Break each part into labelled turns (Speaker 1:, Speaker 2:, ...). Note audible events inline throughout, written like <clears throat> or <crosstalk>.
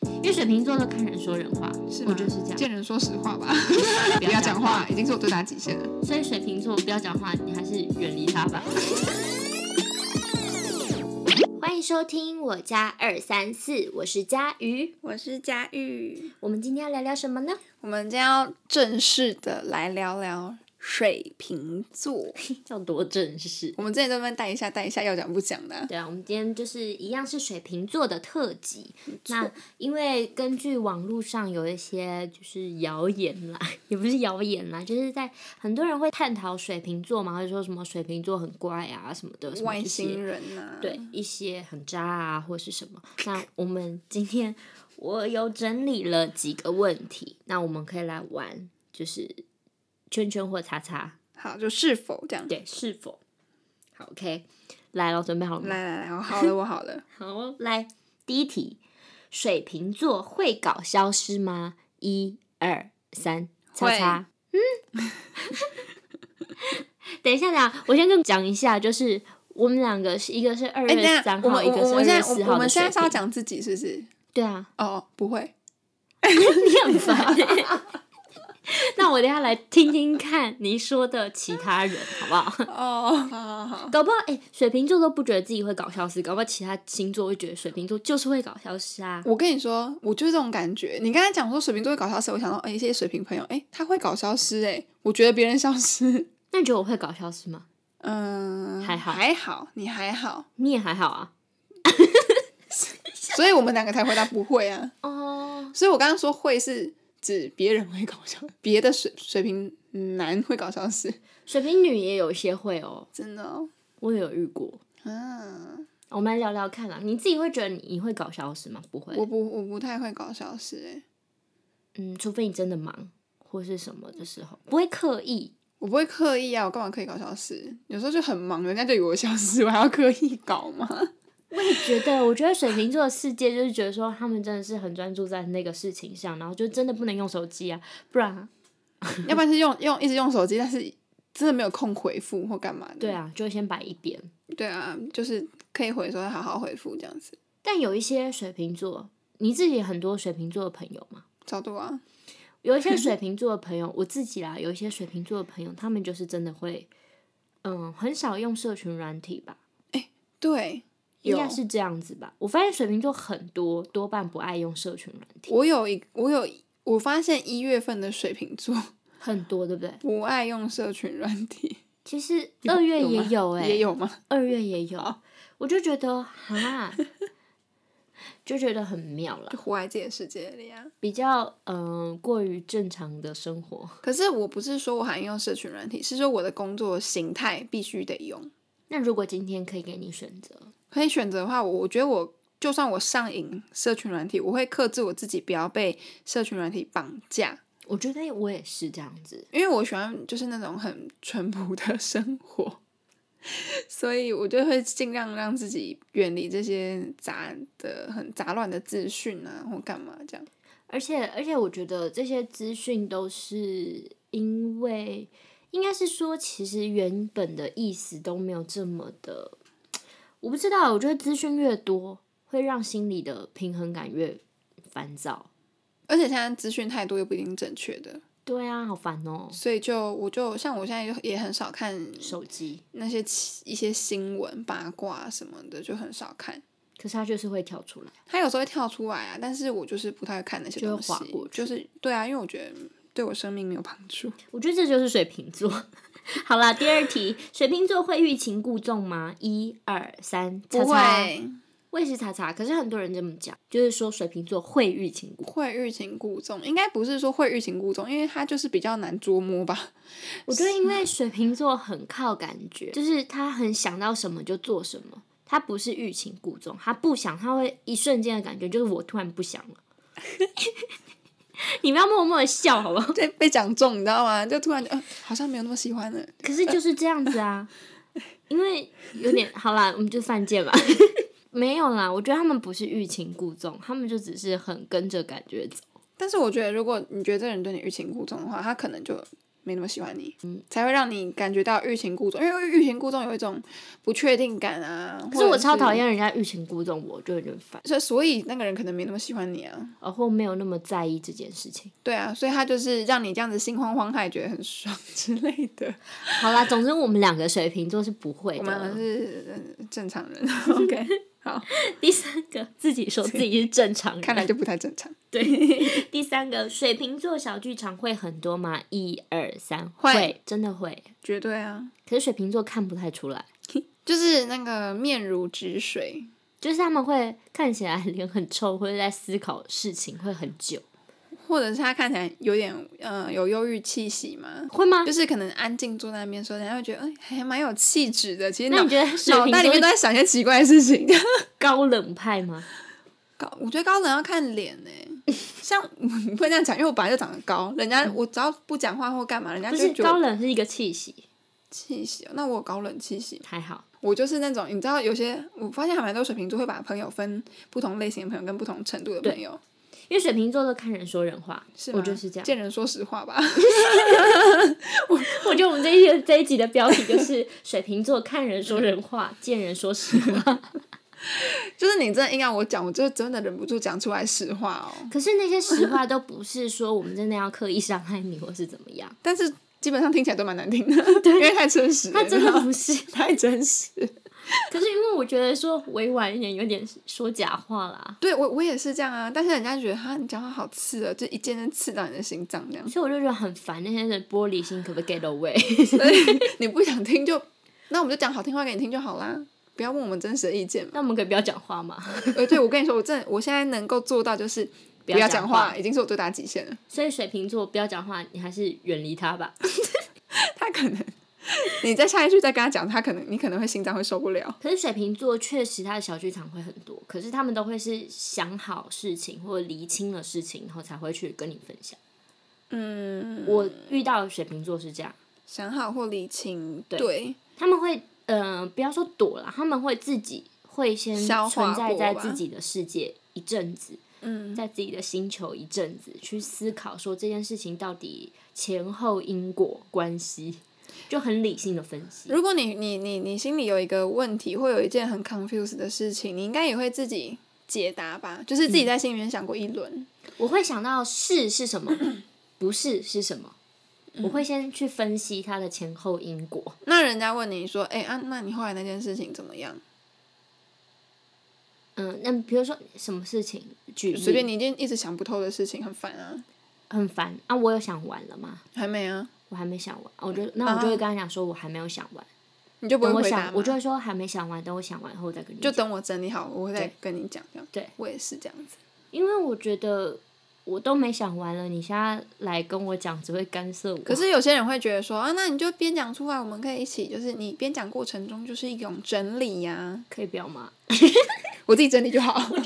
Speaker 1: 因为水瓶座都看人说人话，
Speaker 2: 是
Speaker 1: 我
Speaker 2: 吗
Speaker 1: 觉得是这样。
Speaker 2: 见人说实话吧，
Speaker 1: 不
Speaker 2: 不
Speaker 1: 要
Speaker 2: 要
Speaker 1: 讲
Speaker 2: 讲话，已经是我最大极限了。
Speaker 1: 所以水瓶座不要讲话，你还是远离他吧。
Speaker 3: <laughs> 欢迎收听我家二三四，我是佳瑜。
Speaker 4: 我是佳玉，
Speaker 3: 我们今天要聊聊什么呢？
Speaker 4: 我们今天要正式的来聊聊水瓶座。
Speaker 3: 要多正式。
Speaker 4: 我们之前在那边带一下带一下，要讲不讲的啊、
Speaker 3: 对啊，我们今天就是一样是水瓶座的特辑。那因为根据网络上有一些就是谣言啦，也不是谣言啦，就是在很多人会探讨水瓶座嘛，会说什么水瓶座很乖啊什么的，什么
Speaker 4: 外
Speaker 3: 这些
Speaker 4: 星人呐、啊，
Speaker 3: 对，一些很渣啊或是什么。那我们今天我有整理了几个问题，那我们可以来玩，就是圈圈或叉叉，
Speaker 4: 好，就是否这样？
Speaker 3: 对，是否？好，OK，来了，准备好了吗？
Speaker 4: 来来来，我好了，我好
Speaker 3: <laughs>
Speaker 4: 了。
Speaker 3: 好，来第一题，水瓶座会搞消失吗？一二三，叉
Speaker 4: 会
Speaker 3: 叉，嗯， <laughs> 等一下，等一下，我先跟你讲一下，就是。我们两个是一个是二
Speaker 4: 哎，等一
Speaker 3: 月
Speaker 4: 下
Speaker 3: 三，
Speaker 4: 我
Speaker 3: 号，
Speaker 4: 们
Speaker 3: 一
Speaker 4: 我
Speaker 3: 个是二
Speaker 4: 我们现
Speaker 3: 月
Speaker 4: 在
Speaker 3: 四
Speaker 4: 我
Speaker 3: 号
Speaker 4: 我
Speaker 3: 的
Speaker 4: 们现在
Speaker 3: 水
Speaker 4: 是要
Speaker 3: 瓶。
Speaker 4: 讲自己是不是？
Speaker 3: 对啊， <laughs>
Speaker 4: 哦，不会，
Speaker 3: 你很烦欸、那我等一下来听听看你说的其他人好不好？
Speaker 4: 哦，好好好，
Speaker 3: <laughs> 搞不好哎、水瓶座都不觉得自己会搞消失，搞不好其他星座会觉得水瓶座就是会搞消失啊。
Speaker 4: 我跟你说，我就是这种感觉。你刚才讲说水瓶座会搞消失，我想到，哎、一些水瓶朋友，哎、他会搞消失、哎，我觉得别人消失，
Speaker 3: 那你觉得我会搞消失吗？
Speaker 4: 嗯，
Speaker 3: 还好
Speaker 4: 还好，你
Speaker 3: <laughs>
Speaker 4: 还好，
Speaker 3: 你也还好啊。
Speaker 4: 所以我们两个才回答不会啊。
Speaker 3: 哦，
Speaker 4: 所以我刚刚说会是指别人会搞
Speaker 3: <laughs>
Speaker 4: 笑，别的水水瓶男会搞笑事，
Speaker 3: 水瓶女也有一些会哦，
Speaker 4: 真的、哦。
Speaker 3: 我也有遇过。
Speaker 4: 嗯，
Speaker 3: 我们来聊聊看啦，你自己会觉得你你会搞消失吗？不会，
Speaker 4: 我不我不太会搞笑事哎、
Speaker 3: 嗯，除非你真的忙或是什么的时候，不会刻意。
Speaker 4: 我不会刻意啊，我干嘛刻意搞笑事？有时候就很忙，人家就以为我消失，我还要刻意搞
Speaker 3: <laughs>
Speaker 4: 吗？
Speaker 3: 觉得，我觉得水瓶座的世界就是觉得说，他们真的是很专注在那个事情上，然后就真的不能用手机啊，不然
Speaker 4: 要不然是用用一直用手机，但是真的没有空回复或干嘛的。
Speaker 3: 对，啊，就会先摆一边。
Speaker 4: 对啊，就是可以回的时候好好回复这样子，
Speaker 3: 但有一些水瓶座，你自己很多水瓶座的朋友嘛，
Speaker 4: 超度啊。
Speaker 3: 有一些
Speaker 4: <laughs>
Speaker 3: 水瓶座的朋友，我自己啦，有一些水瓶座的朋友，他们就是真的会，嗯，很少用社群软体吧，
Speaker 4: 对，
Speaker 3: 应
Speaker 4: 有
Speaker 3: 该是这样子吧。我发现水瓶座很多多半不爱用社群软体，
Speaker 4: 我有一我有一我发现一月份的水瓶座
Speaker 3: 很多对不对？
Speaker 4: 不爱用社群软体，
Speaker 3: 其实二月
Speaker 4: <laughs> 有
Speaker 3: 也
Speaker 4: 吗
Speaker 3: 有哎、
Speaker 4: <laughs> 也有吗？
Speaker 3: 二月也有，我就觉得哈，就觉得很妙啦
Speaker 4: 就，活在自己的世界里啊。
Speaker 3: 比较嗯、呃过于正常的生活。
Speaker 4: 可是我不是说我还用社群软体，是说我的工作形态必须得用。
Speaker 3: 那如果今天可以给你选择，
Speaker 4: 可以选择的话，我我觉得我就算我上瘾社群软体，我会克制我自己不要被社群软体绑架，
Speaker 3: 我觉得我也是这样子。
Speaker 4: 因为我喜欢就是那种很淳朴的 <laughs> 生活，所以我就会尽量让自己远离这些杂的很杂乱的资讯啊，或干嘛这样。
Speaker 3: 而且而且，我觉得这些资讯都是因为，应该是说，其实原本的意思都没有这么的。我不知道，我觉得资讯越多，会让心里的平衡感越烦躁。
Speaker 4: 而且现在资讯太多又不一定正确的，
Speaker 3: 对啊，好烦哦、
Speaker 4: 所以就我就像我现在就也很少看
Speaker 3: 手机。
Speaker 4: 那些奇一些新闻八卦什么的，就很少看。
Speaker 3: 可是它就是会跳出来。
Speaker 4: 它有时候会跳出来啊，但是我就是不太会看那些
Speaker 3: 就会
Speaker 4: 东西，
Speaker 3: 划过去
Speaker 4: 就是对啊，因为我觉得对我生命没有帮
Speaker 3: <laughs>
Speaker 4: 助。
Speaker 3: 我觉得这就是水瓶座。 <laughs> 好啦，第二题，水瓶座会欲擒故纵吗？一二三，叉
Speaker 4: 不
Speaker 3: 叉，
Speaker 4: 会
Speaker 3: 我也是叉叉。可是很多人这么讲，就是说水瓶座会欲擒故。
Speaker 4: 会欲擒故纵，应该不是说会欲擒故纵，因为它就是比较难捉摸吧。 <laughs>
Speaker 3: 我觉得因为水瓶座很靠感觉，就是他很想到什么就做什么，他不是欲擒故纵，他不想，他会一瞬间的感觉就是我突然不想了。 <laughs> 你不要默默的笑好不好？
Speaker 4: 对，被讲中，你知道吗？就突然就、呃、好像没有那么喜欢了。
Speaker 3: 可是就是这样子啊，因为有点好啦，我们就犯贱吧。 <laughs> 没有啦，我觉得他们不是欲擒故纵，他们就只是很跟着感觉走。
Speaker 4: 但是我觉得，如果你觉得这个人对你欲擒故纵的话，他可能就没那么喜欢你，
Speaker 3: 嗯
Speaker 4: 才会让你感觉到欲擒故纵，因为欲擒故纵有一种不确定感啊。
Speaker 3: 可是我
Speaker 4: 或者
Speaker 3: 超讨厌人家欲擒故纵，我就有点烦，
Speaker 4: 所以所以那个人可能没那么喜欢你啊，
Speaker 3: 而或没有那么在意这件事情。
Speaker 4: 对啊，所以他就是让你这样子心慌慌，他也觉得很爽 <laughs> 之类的。
Speaker 3: 好啦，总之我们两个水瓶座是不会
Speaker 4: 我们
Speaker 3: 的。
Speaker 4: 是呃正常
Speaker 3: <laughs>
Speaker 4: 人，OK，好，
Speaker 3: 第三个，自己说自己是正常人，
Speaker 4: <laughs> 看来就不太正常。
Speaker 3: 对。第三个，水瓶座小剧场会很多吗？一二三，
Speaker 4: 会
Speaker 3: 会，真的会。
Speaker 4: 绝对啊，
Speaker 3: 可是水瓶座看不太出来，
Speaker 4: 就是那个面如止水，
Speaker 3: 就是他们会看起来脸很臭，或者在思考事情会很久，
Speaker 4: 或者是他看起来有点呃有忧郁气息嘛，
Speaker 3: 会吗？
Speaker 4: 就是可能安静坐在那边说，人家会觉得哎、还蛮有气质的。其实
Speaker 3: 那
Speaker 4: 脑
Speaker 3: 你觉得水
Speaker 4: 脑
Speaker 3: 瓶
Speaker 4: 袋里
Speaker 3: 座
Speaker 4: 面都在想一些奇怪的事情。
Speaker 3: 高冷派吗？
Speaker 4: 高，我觉得高冷要看脸呢、像你不能这样讲，因为我本来就长得高，人家我只要不讲话或干嘛，人家
Speaker 3: 嗯不
Speaker 4: 就是会觉得
Speaker 3: 高
Speaker 4: 我
Speaker 3: 冷是一个气息，
Speaker 4: 气息哦。那我有高冷气息吗
Speaker 3: 还好。
Speaker 4: 我就是那种，你知道，有些我发现还蛮多水瓶座会把朋友分不同类型的朋友跟不同程度的朋友，
Speaker 3: 因为水瓶座都看人说人话，
Speaker 4: 是吗？
Speaker 3: 我就是这样。
Speaker 4: 见人说实话吧，
Speaker 3: 我觉得我们这一集这一集的标题就是“水瓶座看人说人话，见人说实话
Speaker 4: 就是你真的硬要我讲，我就真的忍不住讲出来实话 <laughs> 哦”。。
Speaker 3: 可是那些实话都不是说我们真的要刻意伤害你，或是怎么样，
Speaker 4: 但是基本上听起来都蛮难听的， <laughs> 对，因为太真实了，
Speaker 3: 他真的
Speaker 4: <laughs> 你
Speaker 3: 不是。
Speaker 4: 知道太真实。
Speaker 3: <laughs> 可是因为我觉得说委婉一点，有点说假话啦，
Speaker 4: 对我我也是这样啊，但是人家觉得哈，你讲话好刺啊，就一剑就刺到你的心脏这样，
Speaker 3: 所以我就觉得很烦。那些人玻璃心可不可以 get away？ <laughs>
Speaker 4: 所以 <laughs> 你不想听就，那我们就讲好听话给你听就好啦。不要问我们真实的意见嘛。
Speaker 3: 那我们可以不要讲话嘛？
Speaker 4: 呃，对，我跟你说，我真的我现在能够做到就是不
Speaker 3: 要
Speaker 4: 要
Speaker 3: 讲
Speaker 4: 讲
Speaker 3: 话
Speaker 4: 话，已经是我最大极限了。
Speaker 3: 所以水瓶座不要讲话，你还是远离他吧。
Speaker 4: 他可能你再下一句再跟他讲，他可能你可能会心脏会受不了。
Speaker 3: 可是水瓶座确实他的小剧场会很多，可是他们都会是想好事情或者厘清了事情，然后才会去跟你分享。
Speaker 4: 嗯，
Speaker 3: 我遇到的水瓶座是这样，
Speaker 4: 想好或理清，
Speaker 3: 对
Speaker 4: 对，
Speaker 3: 他们会呃，不要说躲啦，他们会自己会先
Speaker 4: 消
Speaker 3: 存
Speaker 4: 化
Speaker 3: 在
Speaker 4: 过
Speaker 3: 在
Speaker 4: 吧
Speaker 3: 自己的世界一阵子，
Speaker 4: 嗯，
Speaker 3: 在自己的星球一阵子，去思考说这件事情到底前后因果关系，就很理性的分析。
Speaker 4: 如果你你你你心里有一个问题，或有一件很 confused 的事情，你应该也会自己解答吧？就是自己在心里面想过一轮。
Speaker 3: 我会想到是是什么， <clears throat> 不是是什么，我会先去分析它的前后因果。
Speaker 4: 那人家问你说：“哎、啊，那你后来那件事情怎么样
Speaker 3: 嗯，那比如说什么事情，？”举
Speaker 4: 就随便
Speaker 3: 例
Speaker 4: 你一件一直想不透的事情，很烦啊。
Speaker 3: 很烦啊，我有想完了吗？
Speaker 4: 还没啊，
Speaker 3: 我还没想完，我就那我就会跟他讲说，我还没有想完。
Speaker 4: 你就不
Speaker 3: 等
Speaker 4: 会
Speaker 3: 我
Speaker 4: 回答
Speaker 3: 想，我就
Speaker 4: 吗
Speaker 3: 会说还没想完，等我想完后再跟你
Speaker 4: 就
Speaker 3: 讲。
Speaker 4: 等我整理好，我会再跟你讲。这样，
Speaker 3: 对
Speaker 4: 我也是这样子。
Speaker 3: 因为我觉得我都没想完了，你现在来跟我讲，只会干涉我。
Speaker 4: 可是有些人会觉得说啊，那你就边讲出来，我们可以一起，就是你边讲过程中就是一种整理呀、
Speaker 3: 可以不要吗？
Speaker 4: 我自己整理就好。
Speaker 3: 是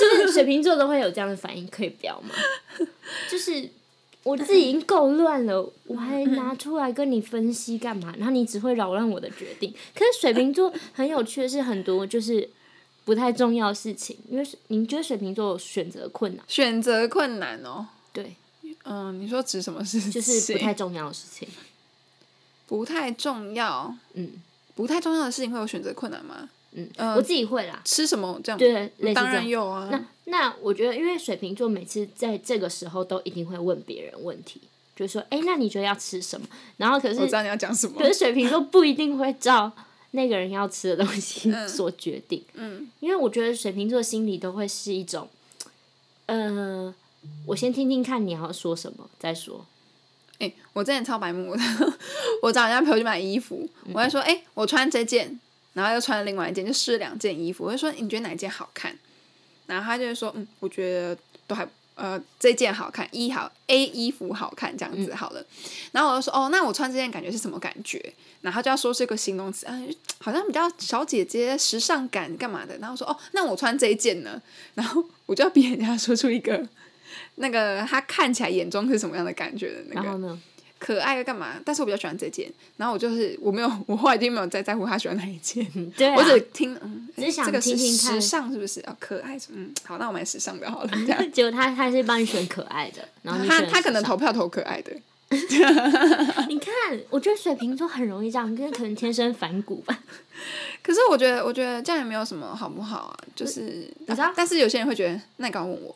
Speaker 3: 不是水瓶座都会有这样的反应？可以不要吗？就是我自己已经够乱了，我还拿出来跟你分析干嘛？然后你只会扰乱我的决定。可是水瓶座很有趣的是，很多就是不太重要的事情，因为你觉得水瓶座有选择困难？
Speaker 4: 选择困难哦，
Speaker 3: 对，
Speaker 4: 嗯，你说指什么事情？
Speaker 3: 就是不太重要的事情。
Speaker 4: 不太重要，
Speaker 3: 嗯
Speaker 4: 不太重要的事情会有选择困难吗？
Speaker 3: 嗯，
Speaker 4: 呃
Speaker 3: 我自己会啦。
Speaker 4: 吃什么这样？
Speaker 3: 对，类似
Speaker 4: 当
Speaker 3: 这
Speaker 4: 然
Speaker 3: 样。
Speaker 4: 有啊。
Speaker 3: 那那我觉得，因为水瓶座每次在这个时候都一定会问别人问题，就是说，哎、那你觉得要吃什么？然后可
Speaker 4: 我知
Speaker 3: 是
Speaker 4: 道你要讲什么
Speaker 3: 可。是水瓶座不一定会照那个人要吃的东西 <laughs>
Speaker 4: 嗯
Speaker 3: 所决定，
Speaker 4: 嗯，
Speaker 3: 因为我觉得水瓶座心里都会是一种，呃，我先听听看你要说什么再说。
Speaker 4: 哎、我之前超白目的， <laughs> 我找人家陪我去买衣服，我还说，哎、我穿这件，然后又穿了另外一件，就试了两件衣服，我就说你觉得哪一件好看？然后他就会说，嗯，我觉得都还呃这件好看，一好 A 衣服好看这样子好了。然后我就说，哦，那我穿这件感觉是什么感觉？然后他就要说这个形容词，啊、好像比较小姐姐、时尚感干嘛的。然后我说，哦，那我穿这一件呢？ <laughs> 然后我就要逼人家说出一个。 <laughs> 那个他看起来眼中是什么样的感觉的那个，
Speaker 3: 然后呢？
Speaker 4: 可爱的干嘛？但是我比较喜欢这件，然后我就是我没有，我后来就没有再在乎他喜欢哪一件，
Speaker 3: 嗯对啊
Speaker 4: 我，只听嗯，
Speaker 3: 只是想
Speaker 4: 这个是
Speaker 3: 听听看
Speaker 4: 时尚是不是啊、可爱是嗯，好，那
Speaker 3: <laughs>。
Speaker 4: 我买时尚的好了，这样
Speaker 3: 结果他他是帮你选可爱的，然后你
Speaker 4: 他
Speaker 3: 选
Speaker 4: 他可能
Speaker 3: 时尚
Speaker 4: 投票投可爱的，
Speaker 3: 你看，我觉得水瓶座很容易这样，跟可能天生反骨吧。
Speaker 4: 可是我觉得，我觉得这样也没有什么好不好啊，就是
Speaker 3: 你知道
Speaker 4: 啊但是有些人会觉得，那你刚问我，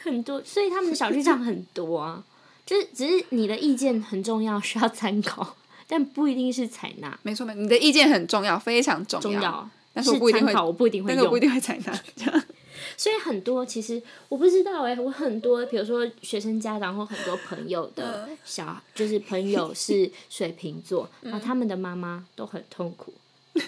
Speaker 3: 很多，所以他们的小剧场很多啊。就是只是你的意见很重要，需要参考，但不一定是采纳
Speaker 4: 没错没，你的意见很重要，非常重
Speaker 3: 重要。
Speaker 4: 啊但是我不一定
Speaker 3: 参
Speaker 4: 会
Speaker 3: 考，我不一定会
Speaker 4: 但是我不
Speaker 3: 用。
Speaker 4: 一定会采纳。这样
Speaker 3: 所以很多其实我不知道哎、我很多比如说学生家长或很多朋友的
Speaker 4: 嗯
Speaker 3: 小，就是朋友是水瓶
Speaker 4: <laughs>
Speaker 3: 座，然后
Speaker 4: 嗯
Speaker 3: 他们的妈妈都很痛苦，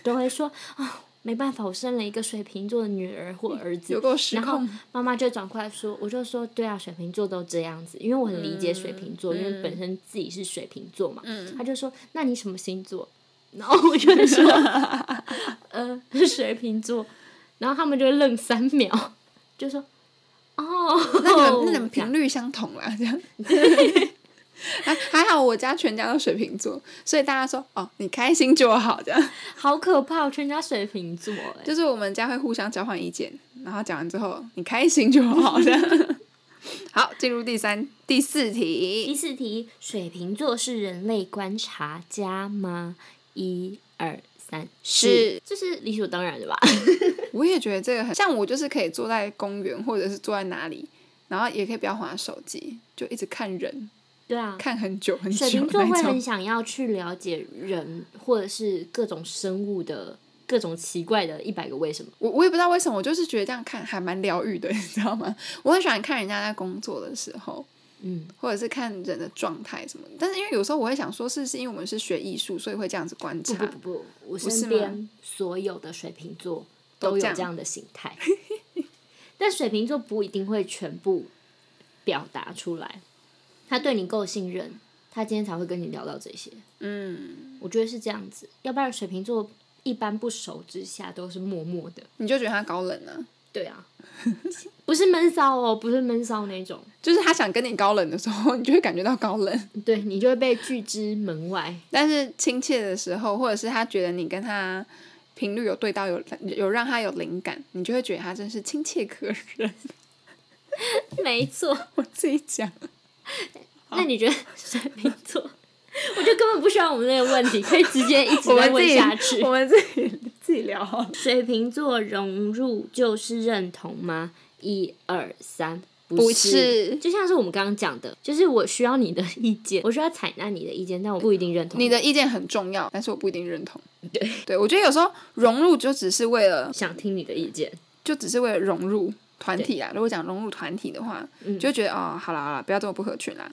Speaker 3: 都会说啊、没办法，我生了一个水瓶座的女儿
Speaker 4: <laughs>
Speaker 3: 或儿子，
Speaker 4: 有够失
Speaker 3: 然后
Speaker 4: 控，
Speaker 3: 妈妈就转过来说，我就说对啊，水瓶座都这样子，因为我很理解水瓶座，因为本身自己是水瓶座嘛。他就说，那你什么星座？然后我就会 <laughs> 说，呃，是水瓶座。然后他们就会愣三秒，就说，哦，
Speaker 4: 那你们那你们
Speaker 3: 这样
Speaker 4: 频率相同啦，
Speaker 3: <laughs>
Speaker 4: 这样。还还好，我家全家都水瓶座，所以大家说哦，你开心就好，这样。
Speaker 3: 好可怕，哦我全家水瓶座哎、
Speaker 4: 就是我们家会互相交换意见，然后讲完之后你开心就好，这
Speaker 3: <laughs>
Speaker 4: 样。好，进入第三、第四
Speaker 3: 第
Speaker 4: 题。
Speaker 3: 四题，水瓶座是人类观察家吗？一二三，
Speaker 4: 是
Speaker 3: 这是理所当然的吧？ <laughs>
Speaker 4: 我也觉得这个很像，我就是可以坐在公园或者是坐在哪里，然后也可以不要划手机，就一直看人，
Speaker 3: 对啊，
Speaker 4: 看很久很久
Speaker 3: 水瓶座
Speaker 4: 那
Speaker 3: 会
Speaker 4: 种
Speaker 3: 很。想要去了解人或者是各种生物的各种奇怪的一百个为什么。
Speaker 4: 我我也不知道为什么，我就是觉得这样看还蛮疗愈的， <laughs> 你知道吗？我很喜欢看人家在工作的时候，
Speaker 3: 嗯，
Speaker 4: 或者是看人的状态什么的。但是因为有时候我会想说，是是因为我们是学艺术，所以会这样子观察。
Speaker 3: 不不不不，我
Speaker 4: 不是
Speaker 3: 身
Speaker 4: 吗
Speaker 3: 边所有的水瓶座
Speaker 4: 都
Speaker 3: 都有
Speaker 4: 这样
Speaker 3: 这样的心态， <laughs> 但水瓶座不一定会全部表达出来。他对你够信任，他今天才会跟你聊到这些。
Speaker 4: 嗯，
Speaker 3: 我觉得是这样子，要不然水瓶座一般不熟之下都是默默的。
Speaker 4: 你就觉得他高冷啊，
Speaker 3: 对啊， <laughs> 不是闷骚哦，不是闷骚那种。
Speaker 4: 就是他想跟你高冷的时候， <laughs> 你就会感觉到高冷。
Speaker 3: 对你就会被拒之门外。
Speaker 4: 但是亲切的时候，或者是他觉得你跟他频率有对到，有有让他有灵感，你就会觉得他真是亲切可人。 <laughs>
Speaker 3: 没错，
Speaker 4: 我自己讲，
Speaker 3: 那你觉得水瓶座？我就根本不需要我们那个问题，可以直接一直
Speaker 4: 我
Speaker 3: 再
Speaker 4: 们自
Speaker 3: 问
Speaker 4: 己
Speaker 3: 下去
Speaker 4: 我。们自己自己聊好了。
Speaker 3: <laughs> 水瓶座融入就是认同吗？一二三，
Speaker 4: 不是
Speaker 3: 是，就像是我们刚刚讲的，就是我需要你的意见，我需要采纳你的意见，但我不一定认同
Speaker 4: 你的意见很重要，但是我不一定认同。对，我觉得有时候融入就只是为了，
Speaker 3: 想听你的意 <laughs> 见。
Speaker 4: 就只是为了融入团体啊。如果讲融入团体的话，
Speaker 3: 嗯
Speaker 4: 就会觉得哦，好啦好啦，不要这么不合群啦，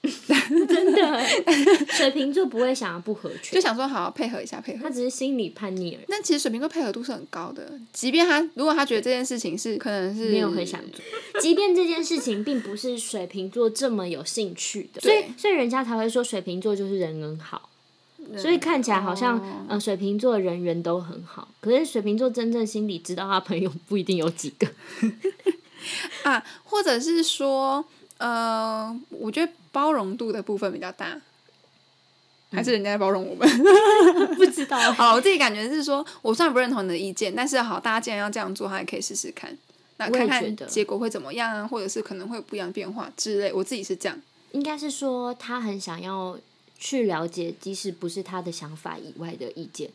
Speaker 3: 真的欸， <laughs> 水瓶座不会想要不合群
Speaker 4: 就，想说好配合一下，配合
Speaker 3: 他只是心理叛逆而已，
Speaker 4: 但其实水瓶座配合度是很高的，即便他如果他觉得这件事情是可能是
Speaker 3: 没有很想做。即便这件事情并不是水瓶座这么有兴趣的，所以
Speaker 4: 对
Speaker 3: 所以人家才会说水瓶座就是人很好。所以看起来好像，
Speaker 4: 哦
Speaker 3: 呃，水瓶座的人缘都很好，可是水瓶座真正心里知道他朋友不一定有几个。
Speaker 4: 啊，或者是说，呃，我觉得包容度的部分比较大，还
Speaker 3: 嗯
Speaker 4: 是人家在包容我们？
Speaker 3: 不知道 <laughs> 欸，
Speaker 4: 好，我自己感觉是说，我虽然不认同你的意见，但是好，大家既然要这样做，还可以试试看，那
Speaker 3: 我也
Speaker 4: 看
Speaker 3: 觉
Speaker 4: 看
Speaker 3: 得
Speaker 4: 结果会怎么样啊，或者是可能会有不一样的变化之类。我自己是这样，
Speaker 3: 应该是说他很想要去了解，即使不是他的想法以外的意见，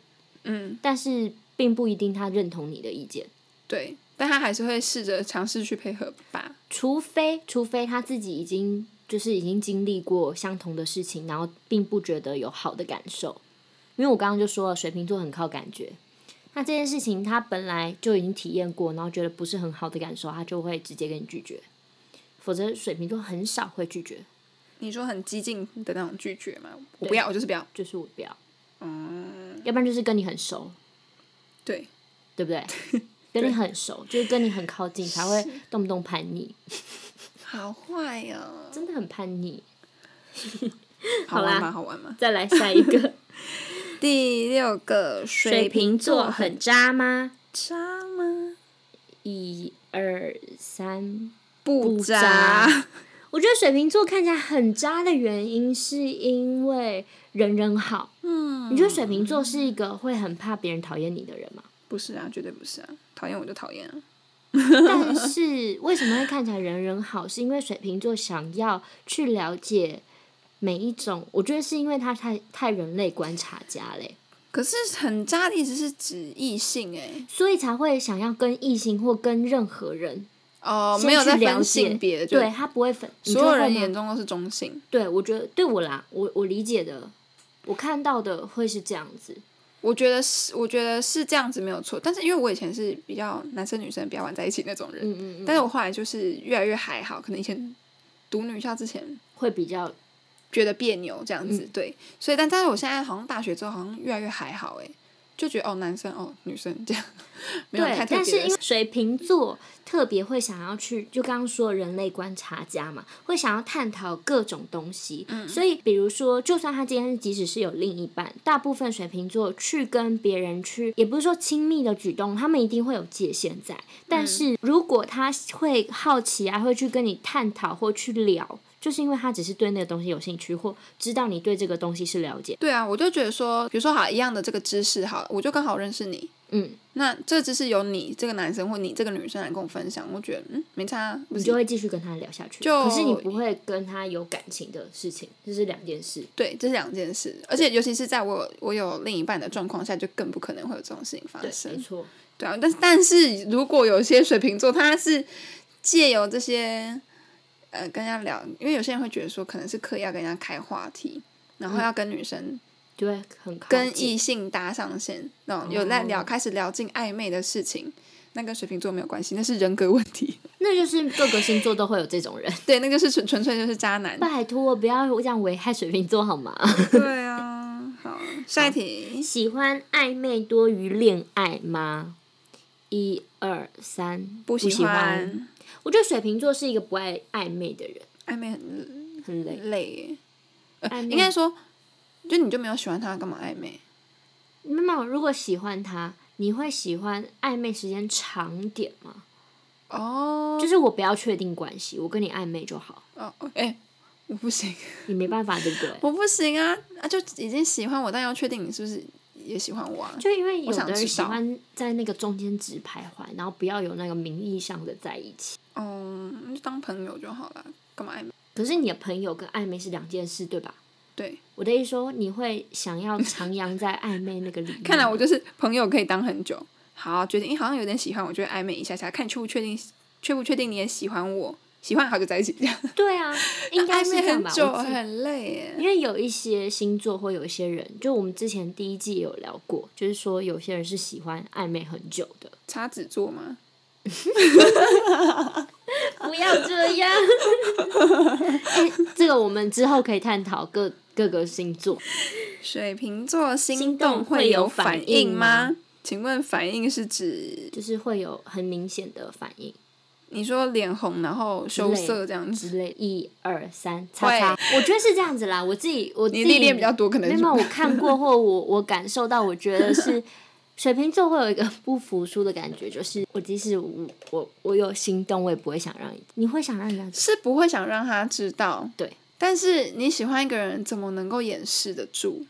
Speaker 4: 嗯，
Speaker 3: 但是并不一定他认同你的意见，
Speaker 4: 对，但他还是会试着尝试去配合吧。
Speaker 3: 除非除非他自己已经就是已经经历过相同的事情，然后并不觉得有好的感受，因为我刚刚就说了，水瓶座很靠感觉。那这件事情他本来就已经体验过，然后觉得不是很好的感受，他就会直接跟你拒绝。否则水瓶座很少会拒绝，
Speaker 4: 你说很激进的那种拒绝嘛，我不
Speaker 3: 对
Speaker 4: 要，我就是不要，
Speaker 3: 就是我不要，
Speaker 4: 嗯，
Speaker 3: 要不然就是跟你很熟，
Speaker 4: 对。
Speaker 3: 对不 <laughs> 对？跟你很熟，就是跟你很靠近，才会动不动叛逆，
Speaker 4: 好坏哦，
Speaker 3: 真的很叛逆。
Speaker 4: 好
Speaker 3: 啦
Speaker 4: 玩吗？好玩吗？
Speaker 3: 再来下一个， <laughs>
Speaker 4: 第六个水很
Speaker 3: 渣吗？
Speaker 4: 渣吗？
Speaker 3: 一二三，
Speaker 4: 不
Speaker 3: 渣
Speaker 4: 渣，
Speaker 3: 我觉得水瓶座看起来很渣的原因，是因为人人好。
Speaker 4: 嗯，
Speaker 3: 你觉得水瓶座是一个会很怕别人讨厌你的人吗？ <laughs>
Speaker 4: 不是啊，绝对不是啊，讨厌我就讨厌啊，
Speaker 3: 但是为什么会看起来人人好？是因为水瓶座想要去了解每一种，我觉得是因为他太太人类观察家嘞，
Speaker 4: 可是很渣的意思是指异性哎、
Speaker 3: 所以才会想要跟异性或跟任何人
Speaker 4: 哦、
Speaker 3: 先
Speaker 4: 没有
Speaker 3: 去
Speaker 4: 在
Speaker 3: 了解
Speaker 4: 分性别的，就
Speaker 3: 对他不会分，你
Speaker 4: 所
Speaker 3: 觉
Speaker 4: 有
Speaker 3: 得
Speaker 4: 人
Speaker 3: 会吗
Speaker 4: 眼中都是中性。
Speaker 3: 对我觉得对我啦，我我理解的，我看到的会是这样子，
Speaker 4: 我觉得是，我觉得是这样子没有错。但是因为我以前是比较男生女生比较玩在一起那种人，
Speaker 3: 嗯嗯嗯，
Speaker 4: 但是我后来就是越来越还好，可能以前读女校之前
Speaker 3: 会比较
Speaker 4: 觉得别扭这样子，
Speaker 3: 嗯
Speaker 4: 对，所以但但是我现在好像大学之后好像越来越还好哎、就觉得哦男生哦女生这样 <laughs> 没有
Speaker 3: 对，
Speaker 4: 太特
Speaker 3: 但是
Speaker 4: 别的
Speaker 3: 因为水瓶座特别会想要去，就刚刚说人类观察家嘛，会想要探讨各种东西。
Speaker 4: 嗯
Speaker 3: 所以比如说，就算他今天即使是有另一半，大部分水瓶座去跟别人去，也不是说亲密的举动，他们一定会有界限在。
Speaker 4: 嗯
Speaker 3: 但是如果他会好奇啊，会去跟你探讨或去聊。就是因为他只是对那个东西有兴趣，或知道你对这个东西是了解，
Speaker 4: 对啊，我就觉得说，比如说好一样的这个知识好了，我就刚好认识你，
Speaker 3: 嗯，
Speaker 4: 那这知识由你这个男生或你这个女生来跟我分享，我觉得嗯没差、啊，不
Speaker 3: 你
Speaker 4: 是
Speaker 3: 就会继续跟他聊下去。
Speaker 4: 就
Speaker 3: 可是你不会跟他有感情的事情，这是两件事。
Speaker 4: 对，这是两件事，而且尤其是在我我有另一半的状况下，就更不可能会有这种事情发
Speaker 3: 对，没
Speaker 4: 生。
Speaker 3: 错。
Speaker 4: 对啊，但是但是如果有些水瓶座，他是借由这些呃跟人家聊，因为有些人会觉得说，可能是刻意要跟人家开话题，然
Speaker 3: 嗯
Speaker 4: 后要跟女生、
Speaker 3: 就会很靠
Speaker 4: 跟
Speaker 3: 近
Speaker 4: 异性搭上线，那种有在聊、
Speaker 3: 哦
Speaker 4: 开始聊进暧昧的事情，那跟水瓶座没有关系，那是人格问题。 <laughs>
Speaker 3: 那就是各个星座都会有这种人。 <laughs>
Speaker 4: 对，那个是纯纯粹就是渣男。
Speaker 3: 拜托，不要这样危害水瓶座好吗？
Speaker 4: <laughs>
Speaker 3: <laughs>
Speaker 4: 对啊，好，下一题。
Speaker 3: 喜欢暧昧多于恋爱吗？一二三，
Speaker 4: 不喜
Speaker 3: 喜欢。
Speaker 4: 欢
Speaker 3: 我觉得水瓶座是一个不爱暧昧的人，
Speaker 4: 暧昧很
Speaker 3: 很累。
Speaker 4: 累耶，
Speaker 3: 暧昧
Speaker 4: 呃应该说，就你就没有喜欢他，干嘛暧昧？
Speaker 3: 没有，如果喜欢他，你会喜欢暧昧时间长点吗？
Speaker 4: 哦
Speaker 3: 就是我不要确定关系，我跟你暧昧就好。
Speaker 4: 哦，哎、我不行，
Speaker 3: 你没办法，对不对？
Speaker 4: <laughs> 我不行啊啊！就已经喜欢我，但要确定你是不是也喜欢我啊？
Speaker 3: 就因为有
Speaker 4: 我想
Speaker 3: 的人
Speaker 4: 知
Speaker 3: 喜
Speaker 4: 道
Speaker 3: 欢在那个中间值徘徊，然后不要有那个名义上的在一起。
Speaker 4: 嗯，就当朋友就好了，干嘛暧昧？
Speaker 3: 可是你的朋友跟暧昧是两件事，对吧？
Speaker 4: 对，
Speaker 3: 我的意思说，你会想要徜徉在暧昧那个里面。
Speaker 4: <laughs> 看来我就是朋友可以当很久。好，决定，诶好像有点喜欢，我就会暧昧一下下，看确不确定，确不确定你也喜欢我，喜欢好就在一起这样。
Speaker 3: 对啊，应该
Speaker 4: 暧
Speaker 3: 是
Speaker 4: 昧
Speaker 3: 这样
Speaker 4: 很
Speaker 3: 吧。
Speaker 4: 久
Speaker 3: 我记得
Speaker 4: 很累耶。
Speaker 3: 因为有一些星座或有一些人，就我们之前第一季也有聊过，就是说有些人是喜欢暧昧很久的。
Speaker 4: 叉子座吗？
Speaker 3: 不要这样、 <laughs> 哎这个我们之后可以探讨各各个星座。
Speaker 4: 水瓶座心
Speaker 3: 心
Speaker 4: 动
Speaker 3: 动
Speaker 4: 会
Speaker 3: 会
Speaker 4: 有
Speaker 3: 有反
Speaker 4: 反应
Speaker 3: 应
Speaker 4: 吗？请问反应是指
Speaker 3: 就是会有很明显的反应
Speaker 4: 你说脸红然后羞
Speaker 3: 之类
Speaker 4: 涩这样子？
Speaker 3: 之类。一二三，叉叉，我觉得是这样子啦。我自己我自
Speaker 4: 你
Speaker 3: 己
Speaker 4: 历练比较多，可能
Speaker 3: 没
Speaker 4: 是
Speaker 3: 有，没有我看过或我我感受到，我觉得是
Speaker 4: <laughs>
Speaker 3: 水瓶座会有一个不服输的感觉，就是我即使我我我有心动，我也不会想让你，你会想让人家知
Speaker 4: 是不会想让他知道。
Speaker 3: 对，
Speaker 4: 但是你喜欢一个人，怎么能够掩饰得住？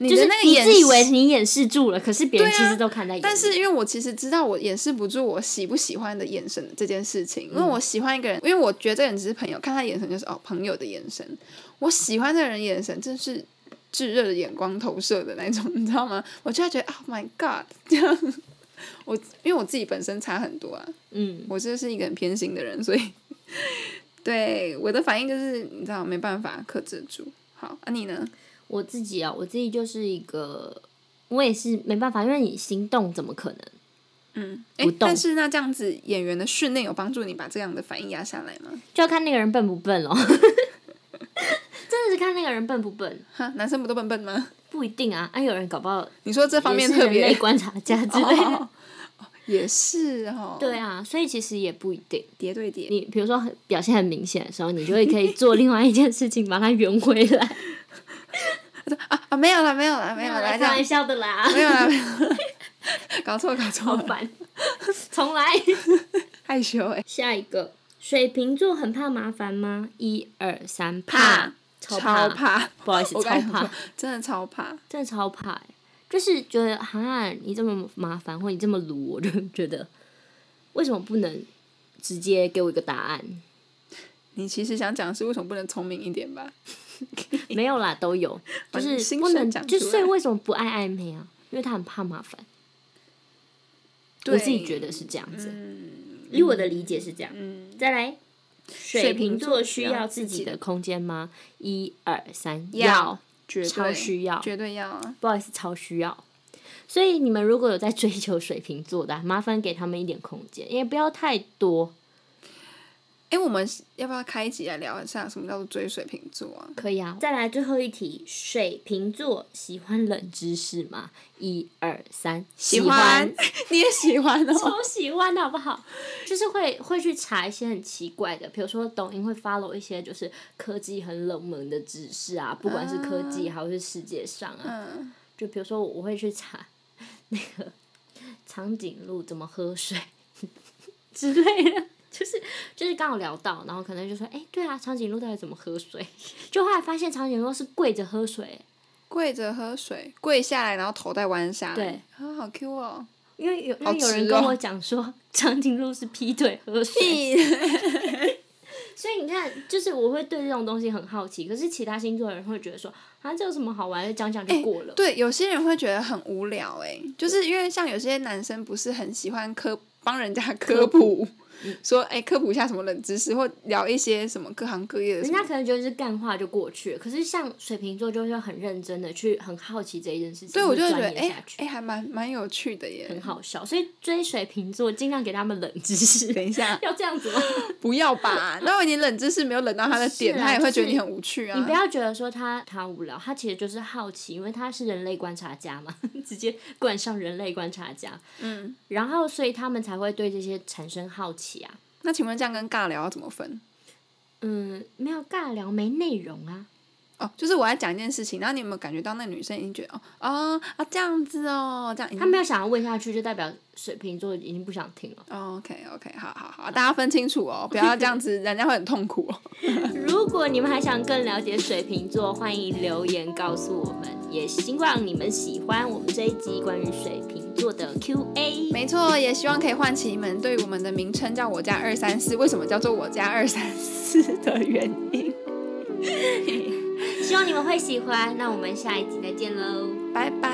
Speaker 4: 你
Speaker 3: 就
Speaker 4: 的
Speaker 3: 是
Speaker 4: 那个
Speaker 3: 你
Speaker 4: 掩
Speaker 3: 自以为
Speaker 4: 饰
Speaker 3: 你掩饰住了，可是别人
Speaker 4: 对啊
Speaker 3: 其实都看在眼里。
Speaker 4: 但是因为我其实知道我掩饰不住我喜不喜欢的眼神这件事情，因为我喜欢一个人，因为我觉得这个人只是朋友，看他眼神就是哦朋友的眼神，我喜欢这个人眼神真是炙热的眼光投射的那种，你知道吗？我就会觉得 Oh my God 这样。我因为我自己本身差很多啊，
Speaker 3: 嗯，
Speaker 4: 我就是一个很偏心的人，所以对我的反应就是你知道没办法克制住。好，啊你呢？
Speaker 3: 我自己啊，我自己就是一个，我也是没办法，因为你心动怎么可能？
Speaker 4: 嗯，哎
Speaker 3: 我，懂
Speaker 4: 但是那这样子演员的训练有帮助你把这样的反应压下来吗？
Speaker 3: 就要看那个人笨不笨咯。 <laughs> 真的是看那个人笨不笨，
Speaker 4: 哈，男生不都笨笨吗？
Speaker 3: 不一定啊。哎、有人搞不好
Speaker 4: 你说这方面
Speaker 3: 也是
Speaker 4: 特
Speaker 3: 人类
Speaker 4: 别
Speaker 3: 观察家之类的，
Speaker 4: <laughs> 哦也是哦，
Speaker 3: 对，啊，所以其实也不一定。
Speaker 4: 叠对叠，
Speaker 3: 你比如说很表现很明显的时候，你就会可以做另外一件事情把它圆回来。
Speaker 4: 啊啊，没有了，没有 <laughs> 了，没
Speaker 3: <laughs>
Speaker 4: 有了，
Speaker 3: 来
Speaker 4: 这
Speaker 3: 开玩
Speaker 4: 样
Speaker 3: 笑的啦， <laughs>
Speaker 4: 没有了，没有了， <laughs> 搞错搞
Speaker 3: 好
Speaker 4: 错了，
Speaker 3: 烦，重来。
Speaker 4: 害羞哎，
Speaker 3: 下一个，水瓶座很怕麻烦吗？一二三，
Speaker 4: 怕
Speaker 3: 超
Speaker 4: 超
Speaker 3: 怕，
Speaker 4: 怕，
Speaker 3: 不好意思，
Speaker 4: 我
Speaker 3: 超
Speaker 4: 刚才想
Speaker 3: 怕
Speaker 4: 说，真的超怕，
Speaker 3: 真的超怕欸、就是觉得哈，你这么麻烦，或你这么鲁，我就觉得为什么不能直接给我一个答案？
Speaker 4: 你其实想讲的是为什么不能聪明一点吧？
Speaker 3: 没有啦，都
Speaker 4: <laughs>
Speaker 3: 有，就
Speaker 4: 把你
Speaker 3: 是
Speaker 4: 心
Speaker 3: 不
Speaker 4: 声
Speaker 3: 能，
Speaker 4: 讲
Speaker 3: 就
Speaker 4: 出
Speaker 3: 所以
Speaker 4: 来
Speaker 3: 为什么不爱暧昧啊？因为他很怕麻烦，我自己觉得是这样子。以我的理解是这样。再来，水
Speaker 4: 嗯瓶
Speaker 3: 瓶
Speaker 4: 座
Speaker 3: 座
Speaker 4: 需
Speaker 3: 需
Speaker 4: 要
Speaker 3: 要
Speaker 4: 自
Speaker 3: 自
Speaker 4: 己
Speaker 3: 己
Speaker 4: 的
Speaker 3: 的空间吗？一二三，
Speaker 4: 要
Speaker 3: 要，
Speaker 4: 绝对
Speaker 3: 超需要
Speaker 4: 绝对要啊！
Speaker 3: 不好意思，超需要。所以你们如果有在追求水瓶座的啊、麻烦给他们一点空间，也不要太多，
Speaker 4: 哎，我们要不要开一集来聊一下什么叫做追水瓶座啊？
Speaker 3: 可以啊。再来最后一题，水瓶座喜欢冷知识吗？一二三，
Speaker 4: 欢， <laughs> 你也喜欢
Speaker 3: <laughs>
Speaker 4: 哦。
Speaker 3: 超喜欢的好不好？ <laughs> 就是会会去查一些很奇怪的，比如说抖音会 follow 一些就是科技很冷门的知识啊，不管是科技还是世界上啊，
Speaker 4: 嗯，
Speaker 3: 就比如说我会去查 <laughs> 那个长颈鹿怎么喝水 <laughs> 之类的，就是就是刚好聊到，然后可能就说，哎、对啊，长颈鹿到底怎么喝水？ <laughs> 就后来发现长颈鹿是跪着喝水，
Speaker 4: 跪着喝水，跪下来，然后头再弯下来。
Speaker 3: 对
Speaker 4: 啊，好 Q 哦。
Speaker 3: 因为有因
Speaker 4: 好
Speaker 3: 为有人
Speaker 4: 吃
Speaker 3: 跟
Speaker 4: 哦
Speaker 3: 我讲说、 <laughs> 长颈鹿是劈腿喝水，所以你看，就是我会对这种东西很好奇，可是其他星座的人会觉得说，啊，这有什么好玩的，讲讲就过了。
Speaker 4: 哎对，有些人会觉得很无聊哎、就是因为像有些男生不是很喜欢科帮人家科普，
Speaker 3: 嗯
Speaker 4: 说哎、科普一下什么冷知识，或聊一些什么各行各业的什
Speaker 3: 人家
Speaker 4: 么。
Speaker 3: 可能觉得是干话就过去了，可是像水瓶座就会很认真的去很好奇这一件事情，
Speaker 4: 对，我就会觉得
Speaker 3: 会钻
Speaker 4: 哎
Speaker 3: 研
Speaker 4: 哎
Speaker 3: 下、去嗯
Speaker 4: 还蛮蛮有趣的
Speaker 3: 很
Speaker 4: 耶。
Speaker 3: 好笑，所以追水瓶座尽量给他们冷知识，，
Speaker 4: 等一下啊
Speaker 3: 要这样子吗？
Speaker 4: 不
Speaker 3: <laughs>
Speaker 4: 要吧？那你冷知识没有冷到他的
Speaker 3: 不是
Speaker 4: 点，
Speaker 3: 啦
Speaker 4: 他也
Speaker 3: 就
Speaker 4: 会觉
Speaker 3: 是
Speaker 4: 得你很无趣啊。
Speaker 3: 你不要觉得说他他无聊，他其实就是好奇，因为他是人类观察家嘛， <laughs> 直接冠上人类观察家，
Speaker 4: 嗯，
Speaker 3: 然后所以他们才会对这些产生好奇啊。
Speaker 4: 那请问这样跟尬聊要怎么分？
Speaker 3: 嗯，没有尬聊，没内容啊。
Speaker 4: 哦，就是我要讲一件事情，然后你有没有感觉到那女生已经觉得哦哦啊这样子哦，这样已经
Speaker 3: 他没有想要问下去，就代表水瓶座已经不想听了。
Speaker 4: 哦 OK OK，好好好，大家分清楚哦，不要这样子，人家会很痛苦哦。 <laughs>
Speaker 3: 如果你们还想更了解水瓶座，欢迎留言告诉我们。也希望你们喜欢我们这一集关于水瓶座的 Q&A。
Speaker 4: 没错，也希望可以唤起你们对于我们的名称叫“我家二三四”为什么叫做“我家二三四”的原因。
Speaker 3: 希望你们会喜欢。那我们下一集再见喽。
Speaker 4: 拜拜。